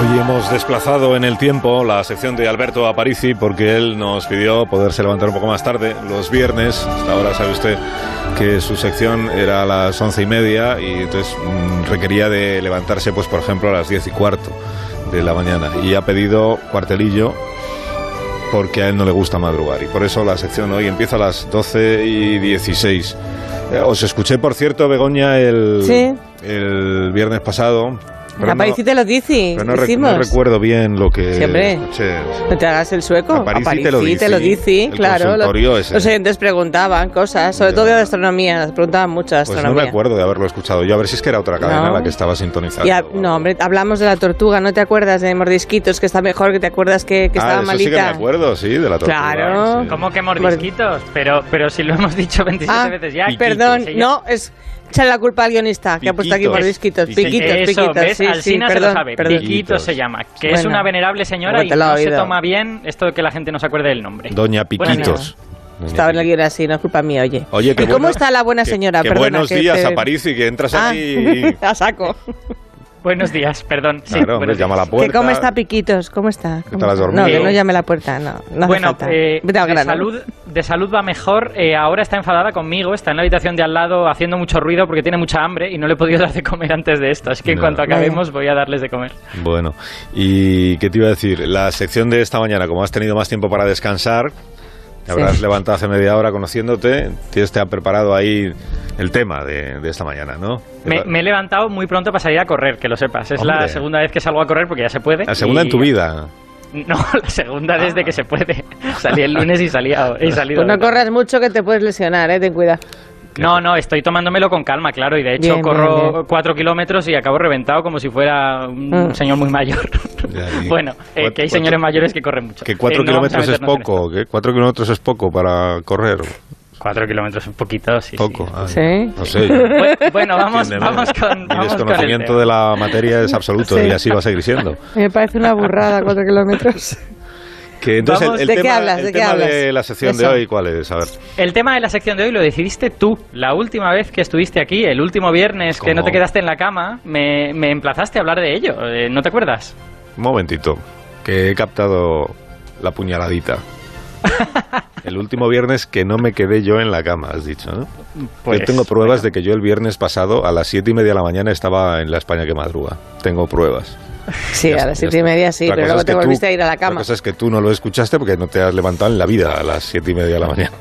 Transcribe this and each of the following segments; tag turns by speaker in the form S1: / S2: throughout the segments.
S1: Hoy hemos desplazado en el tiempo la sección de Alberto Aparici porque él nos pidió poderse levantar un poco más tarde los viernes. Hasta ahora sabe usted que su sección era a las once y media y entonces mm, requería de levantarse, pues por ejemplo, a las diez y cuarto de la mañana. Y ha pedido cuartelillo porque a él no le gusta madrugar y por eso la sección hoy empieza a las doce y dieciséis. Eh, Os escuché, por cierto, Begoña, el,
S2: Sí.
S1: el viernes pasado. pero
S2: A
S1: no-
S2: París te lo dice.
S1: pero no, rec-
S2: decimos.
S1: no recuerdo bien lo que
S2: Eh, Sí, hombre.
S1: escuché.
S2: No te hagas el sueco.
S1: A París sí te lo
S2: sí
S1: dice. El
S2: claro. Los,
S1: consultorio ese.
S2: los oyentes preguntaban cosas, sobre
S1: Ya.
S2: todo de astronomía. Nos preguntaban mucho de
S1: Pues no me
S2: astronomía.
S1: acuerdo de haberlo escuchado. Yo a ver si es que era otra cadena
S2: No.
S1: la que estaba sintonizando.
S2: Y a- no, hombre, hablamos de la tortuga, ¿no te acuerdas de Mordisquitos? Que está mejor, que te acuerdas que, que
S1: Ah,
S2: estaba
S1: de eso sí que me
S2: malita.
S1: acuerdo, sí, de la tortuga.
S2: Claro.
S1: sí.
S3: ¿Cómo que mordisquitos? Pero, pero si lo hemos dicho 27
S2: Ah,
S3: veces ya.
S2: perdón,
S3: Sí, ya-
S2: no, es echarle la culpa al guionista que ha puesto aquí
S1: Piquitos.
S2: Mordisquitos.
S1: Piquitos.
S2: Piquitos,
S3: Eso,
S2: piquitos.
S3: ¿ves?
S2: sí, sí,
S3: Alsina se
S2: perdón,
S3: lo sabe.
S2: perdón.
S3: Piquito se llama. Que es
S2: Bueno.
S3: una venerable señora
S2: Bueno,
S3: y
S2: te lo he
S3: no se
S2: oído.
S3: toma bien esto de que la gente no se acuerde del nombre.
S1: Doña Piquitos. Doña
S2: Estaba en el
S1: Piquitos.
S2: guion así, no es culpa mía, oye.
S1: Oye, qué
S2: ¿Y cómo
S1: bueno-
S2: está la buena
S1: qué-
S2: señora?
S1: qué
S2: Perdona,
S1: buenos
S2: que
S1: días
S2: te-
S1: a París y que entras
S2: Ah,
S1: aquí. y-
S2: a saco.
S3: Buenos días, perdón. Sí,
S1: Claro, hombre,
S3: buenos
S1: llama a
S3: días.
S1: la puerta.
S2: ¿Que cómo está Piquitos? ¿Cómo está?
S1: ¿Qué
S2: ¿Cómo
S1: tal has
S2: está?
S1: dormido?
S2: No, que no llame a la puerta, no. no hace
S3: bueno,
S2: falta.
S3: eh,
S2: Vete al
S3: de,
S2: grano. Pues
S3: salud, de salud va mejor. Eh, ahora está enfadada conmigo, está en la habitación de al lado haciendo mucho ruido porque tiene mucha hambre y no le he podido dar de comer antes de esto. Así que en
S1: No.
S3: cuanto
S2: Vaya.
S3: acabemos voy a darles de comer.
S1: Bueno, ¿y qué te iba a decir? La sección de esta mañana, como has tenido más tiempo para descansar, te habrás
S2: Sí.
S1: levantado hace media hora conociéndote, tienes te ha preparado ahí el tema de, de esta mañana, ¿no?
S3: Me, me he levantado muy pronto para salir a correr, que lo sepas. Es
S1: Hombre.
S3: la segunda vez que salgo a correr porque ya se puede.
S1: La segunda
S3: y-
S1: en tu vida.
S3: No, la segunda
S1: Ah.
S3: desde que se puede. Salí el lunes y salí a- he salido.
S2: Pues no
S3: ahora.
S2: corras mucho que te puedes lesionar, eh, ten cuidado.
S3: No, no, estoy tomándomelo con calma, claro. Y de
S2: Bien,
S3: hecho
S2: bien,
S3: corro
S2: bien.
S3: cuatro kilómetros y acabo reventado como si fuera un
S2: Mm.
S3: señor muy mayor.
S1: Ya, y-
S3: bueno, eh,
S1: Cuatro-
S3: que hay
S1: cuatro-
S3: señores mayores que corren mucho.
S1: Que cuatro
S3: Eh, no vamos a
S1: kilómetros es
S3: meternos en esto.
S1: poco, que cuatro kilómetros es poco para correr.
S3: Cuatro kilómetros es poquito, sí. sí.
S1: Poco. ah,
S2: Sí.
S1: No sé.
S3: Bu- Bueno, vamos,
S1: Entiéndeme.
S3: vamos con.
S1: Mi
S3: Vamos con el
S1: desconocimiento
S3: tema.
S1: de la materia es absoluto
S2: Sí.
S1: y así va a seguir siendo.
S2: Me parece una burrada, cuatro kilómetros.
S1: Que entonces
S3: Vamos,
S1: el, el
S2: ¿de qué
S1: tema,
S2: hablas?
S1: el
S2: ¿De qué
S1: tema
S2: hablas?
S1: de la sección de
S2: Eso.
S1: hoy, ¿cuál es? A ver.
S3: El tema de la sección de hoy lo decidiste tú. La última vez que estuviste aquí, el último viernes que
S1: ¿Cómo?
S3: no te quedaste en la cama, me, me emplazaste a hablar de ello. Eh, ¿No te acuerdas?
S1: Un momentito, que he captado la puñaladita. El último viernes que no me quedé yo en la cama, has dicho, ¿no?
S2: Pues,
S1: yo tengo pruebas de que yo el viernes pasado a las siete y media de la mañana estaba en la España que madruga. Tengo pruebas.
S2: Sí,
S1: Ya
S2: a las
S1: está, ya
S2: siete y
S1: está.
S2: media sí,
S1: Otra
S2: pero
S1: cosa
S2: luego
S1: es
S2: te
S1: que tú-
S2: volviste a ir a la
S1: Otra
S2: cama.
S1: cosa es que tú no lo escuchaste porque no te has levantado en la vida a las siete y media de la mañana.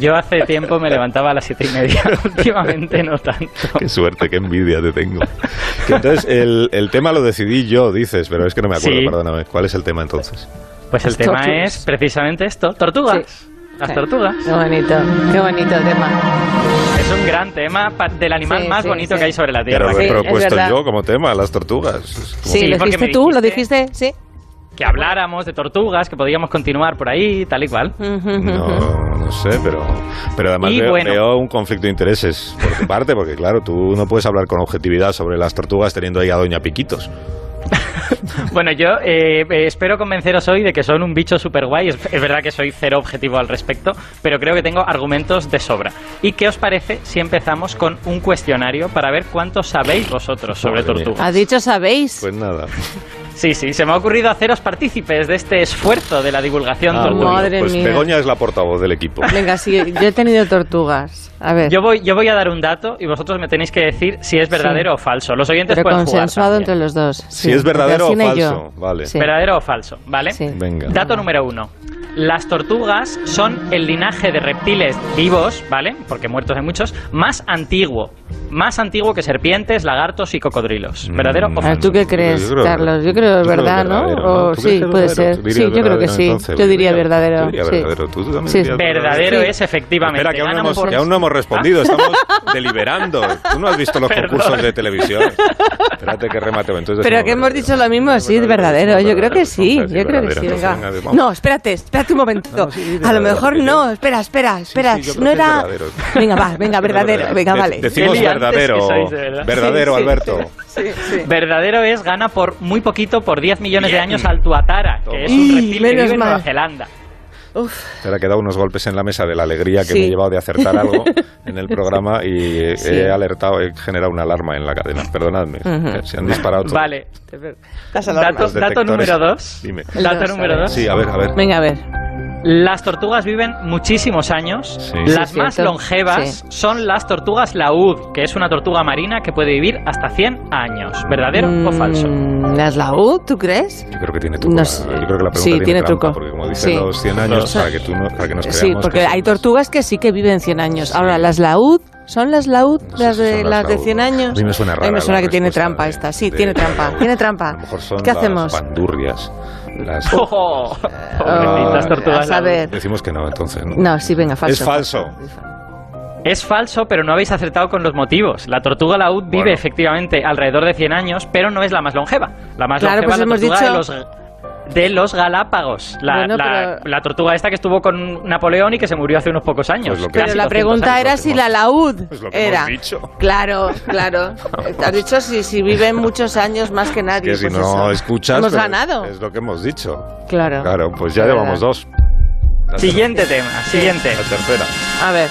S3: Yo hace tiempo me levantaba a las siete y media, últimamente no tanto.
S1: Qué suerte, qué envidia te tengo. Que entonces, el, el tema lo decidí yo, dices, pero es que no me acuerdo,
S3: Sí.
S1: perdóname. ¿Cuál es el tema entonces?
S3: Pues el
S2: Las
S3: tema
S2: tortugas.
S3: es precisamente esto, tortugas. Las
S2: Sí.
S3: tortugas.
S2: Qué bonito, qué bonito tema.
S3: Es un gran tema pa- del animal
S2: Sí,
S3: más
S2: sí,
S3: bonito
S2: sí.
S3: que hay sobre la
S1: Pero
S3: Tierra.
S1: lo
S2: Sí,
S1: he
S2: es
S1: propuesto
S2: verdad.
S1: yo como tema, las tortugas.
S2: Sí,
S3: Sí,
S2: lo
S3: porque
S2: dijiste
S3: me
S2: tú, lo dijiste, sí.
S3: Que habláramos de tortugas, que podíamos continuar por ahí, tal y cual.
S1: No, no sé, pero, pero además
S3: Y
S1: veo,
S3: bueno.
S1: veo un conflicto de intereses por tu parte, porque claro, tú no puedes hablar con objetividad sobre las tortugas teniendo ahí a Doña Piquitos.
S3: Bueno, yo eh, eh, espero convenceros hoy de que son un bicho súper guay. Es, es verdad que soy cero objetivo al respecto, pero creo que tengo argumentos de sobra. ¿Y qué os parece si empezamos con un cuestionario para ver cuánto sabéis vosotros sobre
S1: Madre mía.
S3: tortugas?
S2: Has dicho, ¿sabéis?
S1: Pues nada.
S3: Sí, sí, se me ha ocurrido haceros partícipes de este esfuerzo de la divulgación
S1: Ah,
S3: tortuga.
S1: bueno,
S2: Madre
S1: pues
S2: mía.
S1: Begoña es la portavoz del equipo.
S2: Venga, sí, yo he tenido tortugas. A ver,
S3: Yo voy, yo voy a dar un dato y vosotros me tenéis que decir si es verdadero
S2: Sí.
S3: o falso. Los oyentes
S2: pero
S3: pueden jugar
S2: consensuado
S3: también.
S2: entre los dos.
S1: Si es verdadero o
S2: Alsina y yo.
S1: falso, vale.
S2: Sí.
S3: ¿Verdadero o falso? ¿Vale?
S2: Sí.
S1: Venga.
S3: Dato número uno. Las tortugas son el linaje de reptiles vivos, ¿vale? Porque muertos hay muchos, más antiguo. Más antiguo que serpientes, lagartos y cocodrilos. ¿Verdadero o
S2: A ver,
S3: falso?
S2: Mm. Ah, ¿Tú qué crees,
S1: yo creo que-
S2: Carlos? Yo creo que es
S1: yo creo que
S2: verdad, ¿no?
S1: verdadero, ¿no?
S2: O,
S1: ¿Tú crees
S2: sí,
S1: que es
S2: puede
S1: verdadero?
S2: ser.
S1: Tú dirías
S2: Sí, yo creo que
S1: verdadero,
S2: sí.
S1: entonces,
S2: yo diría el
S1: Yo
S2: verdadero.
S1: diría
S2: sí.
S1: verdadero. Tú también
S2: Sí.
S1: dirías
S3: Verdadero
S2: Sí.
S3: es efectivamente.
S1: Espera, que aún no,
S3: Ganan
S1: hemos,
S3: por- Ah.
S1: que aún no hemos respondido, estamos deliberando. Tú no has visto los
S3: Perdón.
S1: concursos de televisión. Espérate que remate. Entonces
S2: Pero
S1: decimos
S2: que hemos
S1: verdadero.
S2: dicho lo mismo, sí, es verdadero. Yo creo que sí, yo creo que sí.
S1: Entonces,
S2: venga.
S1: venga, vamos.
S2: No, espérate, espérate un momento.
S1: No, sí, di
S2: A lo
S1: verdadero,
S2: mejor
S1: que yo-
S2: no, espera, espera, espera.
S1: sí, yo creo
S2: No
S1: que es
S2: era.
S1: verdadero.
S2: Venga, va, venga, verdadero. Venga,
S1: De-
S2: vale.
S1: Decimos
S3: Qué liantes
S1: verdadero.
S3: que sois, de verdad.
S1: Verdadero,
S2: Sí, sí,
S1: Alberto.
S2: Sí, sí.
S3: Verdadero es gana por muy poquito, por 10 millones de
S1: Bien.
S3: años al tuatara,
S1: Toma.
S3: que es un
S2: Y,
S3: reptil que
S2: menos
S3: vive en Nueva
S2: mal.
S3: Zelanda.
S2: Uf,
S1: Te ha quedado unos golpes en la mesa de la alegría que
S2: Sí.
S1: me he llevado de acertar algo en el programa y eh,
S2: Sí.
S1: he alertado, he generado una alarma en la cadena. Perdonadme. eh,
S2: Ujú.
S1: Se han disparado todos.
S3: Vale.
S2: las
S3: Dato,
S2: alarmas.
S1: Los
S3: dato
S1: detectores.
S3: número 2.
S1: Dime.
S2: El
S3: Dato
S2: dos, a
S3: número
S2: ver.
S3: 2.
S1: Sí, a ver, a ver.
S2: Venga, a ver.
S3: Las tortugas viven muchísimos años.
S1: Sí.
S3: Las
S2: Sí,
S3: más
S2: cierto.
S3: longevas
S2: Sí.
S3: son las tortugas laúd, que es una tortuga marina que puede vivir hasta 100 años. ¿Verdadero o falso?
S2: Mm, ¿Las laúd, tú crees?
S1: Yo creo que tiene truco.
S2: No
S1: la-
S2: sé.
S1: Yo creo que la pregunta
S2: Sí,
S1: tiene,
S2: tiene
S1: trampa,
S2: truco.
S1: Porque como dicen
S2: Sí.
S1: los 100 años, para que, tú no, para que nos creamos
S2: Sí, porque
S1: que
S2: hay
S1: somos-
S2: tortugas que sí que viven 100 años. Ahora, las laúd, ¿son las laúd
S1: No sé
S2: las
S1: si
S2: de,
S1: son
S2: las de
S1: laúd.
S2: 100 años?
S1: A mí me suena rara.
S2: A mí me suena
S1: la
S2: que tiene
S1: respuesta
S2: trampa
S1: de-
S2: esta. Sí,
S1: de-
S2: tiene trampa. Tiene
S1: A
S2: trampa.
S1: lo mejor son
S2: ¿Qué
S1: las
S2: hacemos?
S1: bandurrias. Las...
S3: ¡Oh!
S1: Pobrecitas
S2: Ah,
S3: tortugas
S2: a saber.
S1: Decimos que no, entonces. No.
S2: No, sí, venga, falso.
S1: Es falso.
S3: Es falso, pero no habéis acertado con los motivos. La tortuga laúd vive
S1: Bueno.
S3: efectivamente alrededor de 100 años, pero no es la más longeva. La más
S2: Claro, pues
S3: longeva es la
S2: hemos
S3: tortuga de
S2: dicho-
S3: los de los Galápagos, la,
S2: Bueno,
S3: la-
S2: pero-
S3: la tortuga esta que estuvo con Napoleón y que se murió hace unos pocos años.
S1: Pues lo que-
S3: casi
S2: Pero la
S3: 200
S2: pregunta
S3: años.
S2: era si la laúd
S1: Es pues lo que
S2: era.
S1: hemos dicho. pues
S2: Claro, claro. Te has dicho si, si viven muchos años más que nadie.
S1: Que si
S2: pues
S1: no
S2: eso.
S1: escuchas.
S2: Hemos
S1: pues,
S2: ganado.
S1: Es lo que hemos dicho.
S2: Claro.
S1: Claro, pues ya
S2: Es
S1: llevamos
S2: verdad.
S1: dos. La
S3: Siguiente tema, siguiente.
S1: ter- La tercera.
S2: A ver.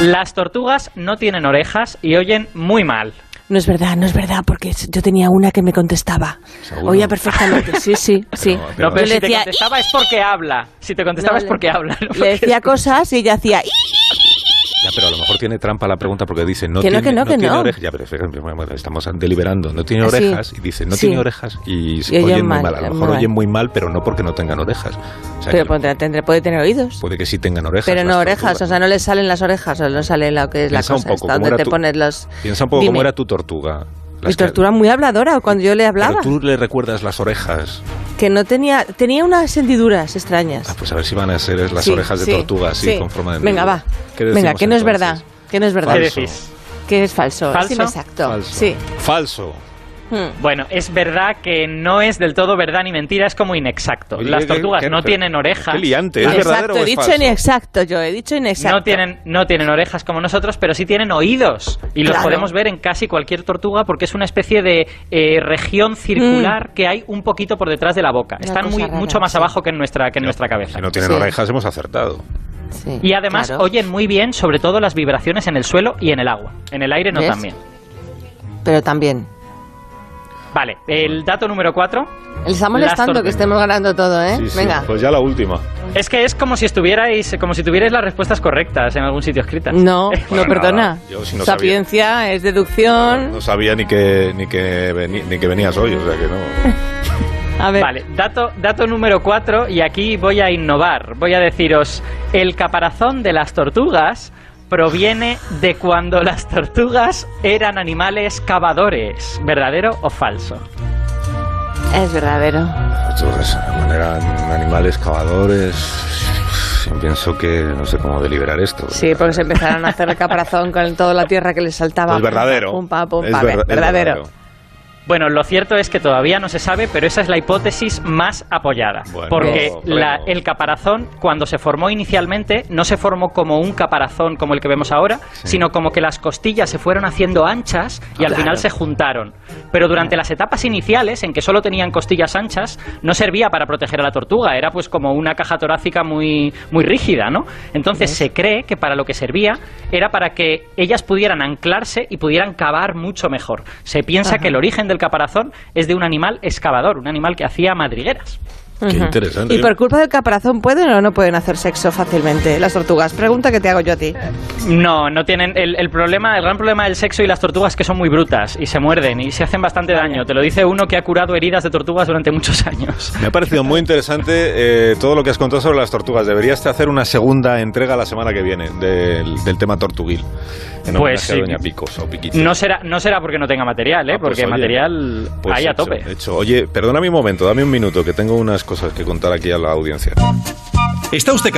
S3: Las tortugas no tienen orejas y oyen muy mal.
S4: No es verdad, no es verdad, porque s- yo tenía una que me contestaba.
S1: ¿Seguro?
S4: Oía perfectamente.
S2: Sí, sí, sí.
S1: No,
S3: No, pero
S2: Yo
S3: si te
S2: decía,
S3: contestaba es porque habla. Si te contestaba
S2: No,
S3: es
S2: le-
S3: porque habla. ¿no?
S2: Le decía cosas y ella hacía. "Ih".
S1: Ya, pero a lo mejor tiene trampa la pregunta porque dice no
S2: Que no,
S1: tiene,
S2: que no, que
S1: tiene
S2: no.
S1: orejas. Ya, pero fíjate, bueno, estamos deliberando. No tiene
S2: Sí.
S1: orejas y dice no
S2: Sí.
S1: tiene orejas y se
S2: Y oyen
S1: oyen muy
S2: mal,
S1: mal. A lo
S2: muy
S1: mejor
S2: mal.
S1: oyen muy mal, pero no porque no tengan orejas. O sea,
S2: Pero
S1: que
S2: pondrá- tendré- puede tener oídos.
S1: puede que sí tengan orejas.
S2: Pero
S1: las
S2: no orejas,
S1: tortugas.
S2: o sea, no le salen las orejas, o no sale lo que es la
S1: Piensa un
S2: cosa,
S1: poco
S2: esta,
S1: cómo
S2: donde
S1: era
S2: te
S1: tu-
S2: pones los...
S1: Piensa un poco
S2: Dime.
S1: cómo era tu tortuga.
S2: Mi
S1: Las que-
S2: tortura muy habladora, cuando yo le hablaba,
S1: Pero tú le recuerdas las orejas.
S2: que no tenía... Tenía unas hendiduras
S1: Ah,
S2: extrañas.
S1: pues a ver si van a ser es las
S2: Sí,
S1: orejas de
S2: sí,
S1: tortuga, así,
S2: sí.
S1: con forma de...
S2: Venga, va.
S1: ¿Qué
S2: Venga,
S1: decimos
S2: que no es
S1: entonces?
S2: verdad, que no es verdad,
S3: ¿Qué
S1: Falso.
S3: decís?
S2: que es falso.
S3: ¿Falso?
S2: Sí, exacto,
S1: Falso.
S2: sí.
S1: Falso.
S2: Hmm.
S3: Bueno, es verdad que no es del todo verdad ni mentira, es como inexacto.
S1: Oye,
S3: Las
S1: ¿qué-
S3: tortugas
S1: qué-
S3: no
S1: qué-
S3: tienen orejas.
S1: Qué liante, ¿es verdadero
S2: Exacto,
S1: o
S2: he
S1: es
S2: dicho
S1: falso?
S2: inexacto yo, he dicho inexacto.
S3: No tienen, no tienen orejas como nosotros, pero sí tienen oídos. Y los
S2: Claro.
S3: podemos ver en casi cualquier tortuga porque es una especie de eh, región circular que hay un poquito por detrás de la boca.
S2: Mm. Una
S3: Están
S2: cosa
S3: muy,
S2: rara,
S3: mucho más
S2: sí.
S3: abajo que en nuestra, que en nuestra cabeza.
S1: Si no tienen
S2: Sí.
S1: orejas, hemos acertado.
S2: Sí,
S3: Y además
S2: claro.
S3: oyen muy bien, sobre todo las vibraciones en el suelo y en el agua. En el aire no
S2: ¿Ves?
S3: también.
S2: Pero también.
S3: Vale, el dato número 4
S2: Les está
S3: Las
S2: molestando que
S3: tortugas.
S2: estemos ganando todo, ¿eh?
S1: Sí, sí,
S2: Venga.
S1: Pues ya la última.
S3: es que es como si estuvierais, como si tuvierais las respuestas correctas en algún sitio escritas.
S2: No,
S1: Para
S2: no, perdona.
S1: Pues nada. Yo sí no sabía.
S2: Sapiencia es deducción.
S1: No sabía ni que, ni, que veni- ni que venías hoy, o sea que no.
S2: A ver.
S3: Vale, dato, dato número 4 y aquí voy a innovar. Voy a deciros, el caparazón de las tortugas proviene de cuando las tortugas eran animales cavadores. ¿Verdadero o falso?
S2: Es verdadero.
S1: Entonces, de manera, animales, cavadores. Yo pienso que no sé cómo deliberar esto.
S2: Sí, porque se empezaron a hacer el caparazón con toda la tierra que les saltaba.
S1: Es verdadero.
S2: Pum, pa, pum,
S1: Es
S2: pa.
S1: verda- es
S2: verdadero.
S3: Bueno, lo cierto es que todavía no se sabe, pero esa es la hipótesis más apoyada.
S1: Bueno,
S3: porque
S1: bueno.
S3: la- el caparazón, cuando se formó inicialmente, no se formó como un caparazón como el que vemos ahora, sino como que las costillas se fueron haciendo anchas y al final se juntaron. Pero durante las etapas iniciales, en que solo tenían costillas anchas, no servía para proteger a la tortuga, era pues como una caja torácica muy, muy rígida, ¿no? Entonces se cree que para lo que servía era para que ellas pudieran anclarse y pudieran cavar mucho mejor. Se piensa que el origen del caparazón es de un animal excavador, un animal que hacía madrigueras.
S1: Qué
S2: Ujú.
S1: interesante.
S2: ¿Y por culpa del caparazón pueden o no pueden hacer sexo fácilmente las tortugas? Pregunta que te hago yo a ti.
S3: No, no tienen. El, el problema, el gran problema del sexo y las tortugas es que son muy brutas y se muerden y se hacen bastante daño. Te lo dice uno que ha curado heridas de tortugas durante muchos años.
S1: Me ha parecido muy interesante eh, todo lo que has contado sobre las tortugas. Deberías de hacer una segunda entrega la semana que viene del, del tema tortuguil. En
S3: Pues
S1: homenaje a
S3: sí.
S1: Doña Picos o Piquitos.
S3: No será, no será porque no tenga material, ¿eh?
S1: Ah, pues,
S3: porque
S1: oye,
S3: material
S1: Pues
S3: hay a
S1: hecho,
S3: tope.
S1: hecho. Oye, perdóname un momento, dame un minuto, que tengo unas cosas que contar aquí a la audiencia.
S5: ¿Está usted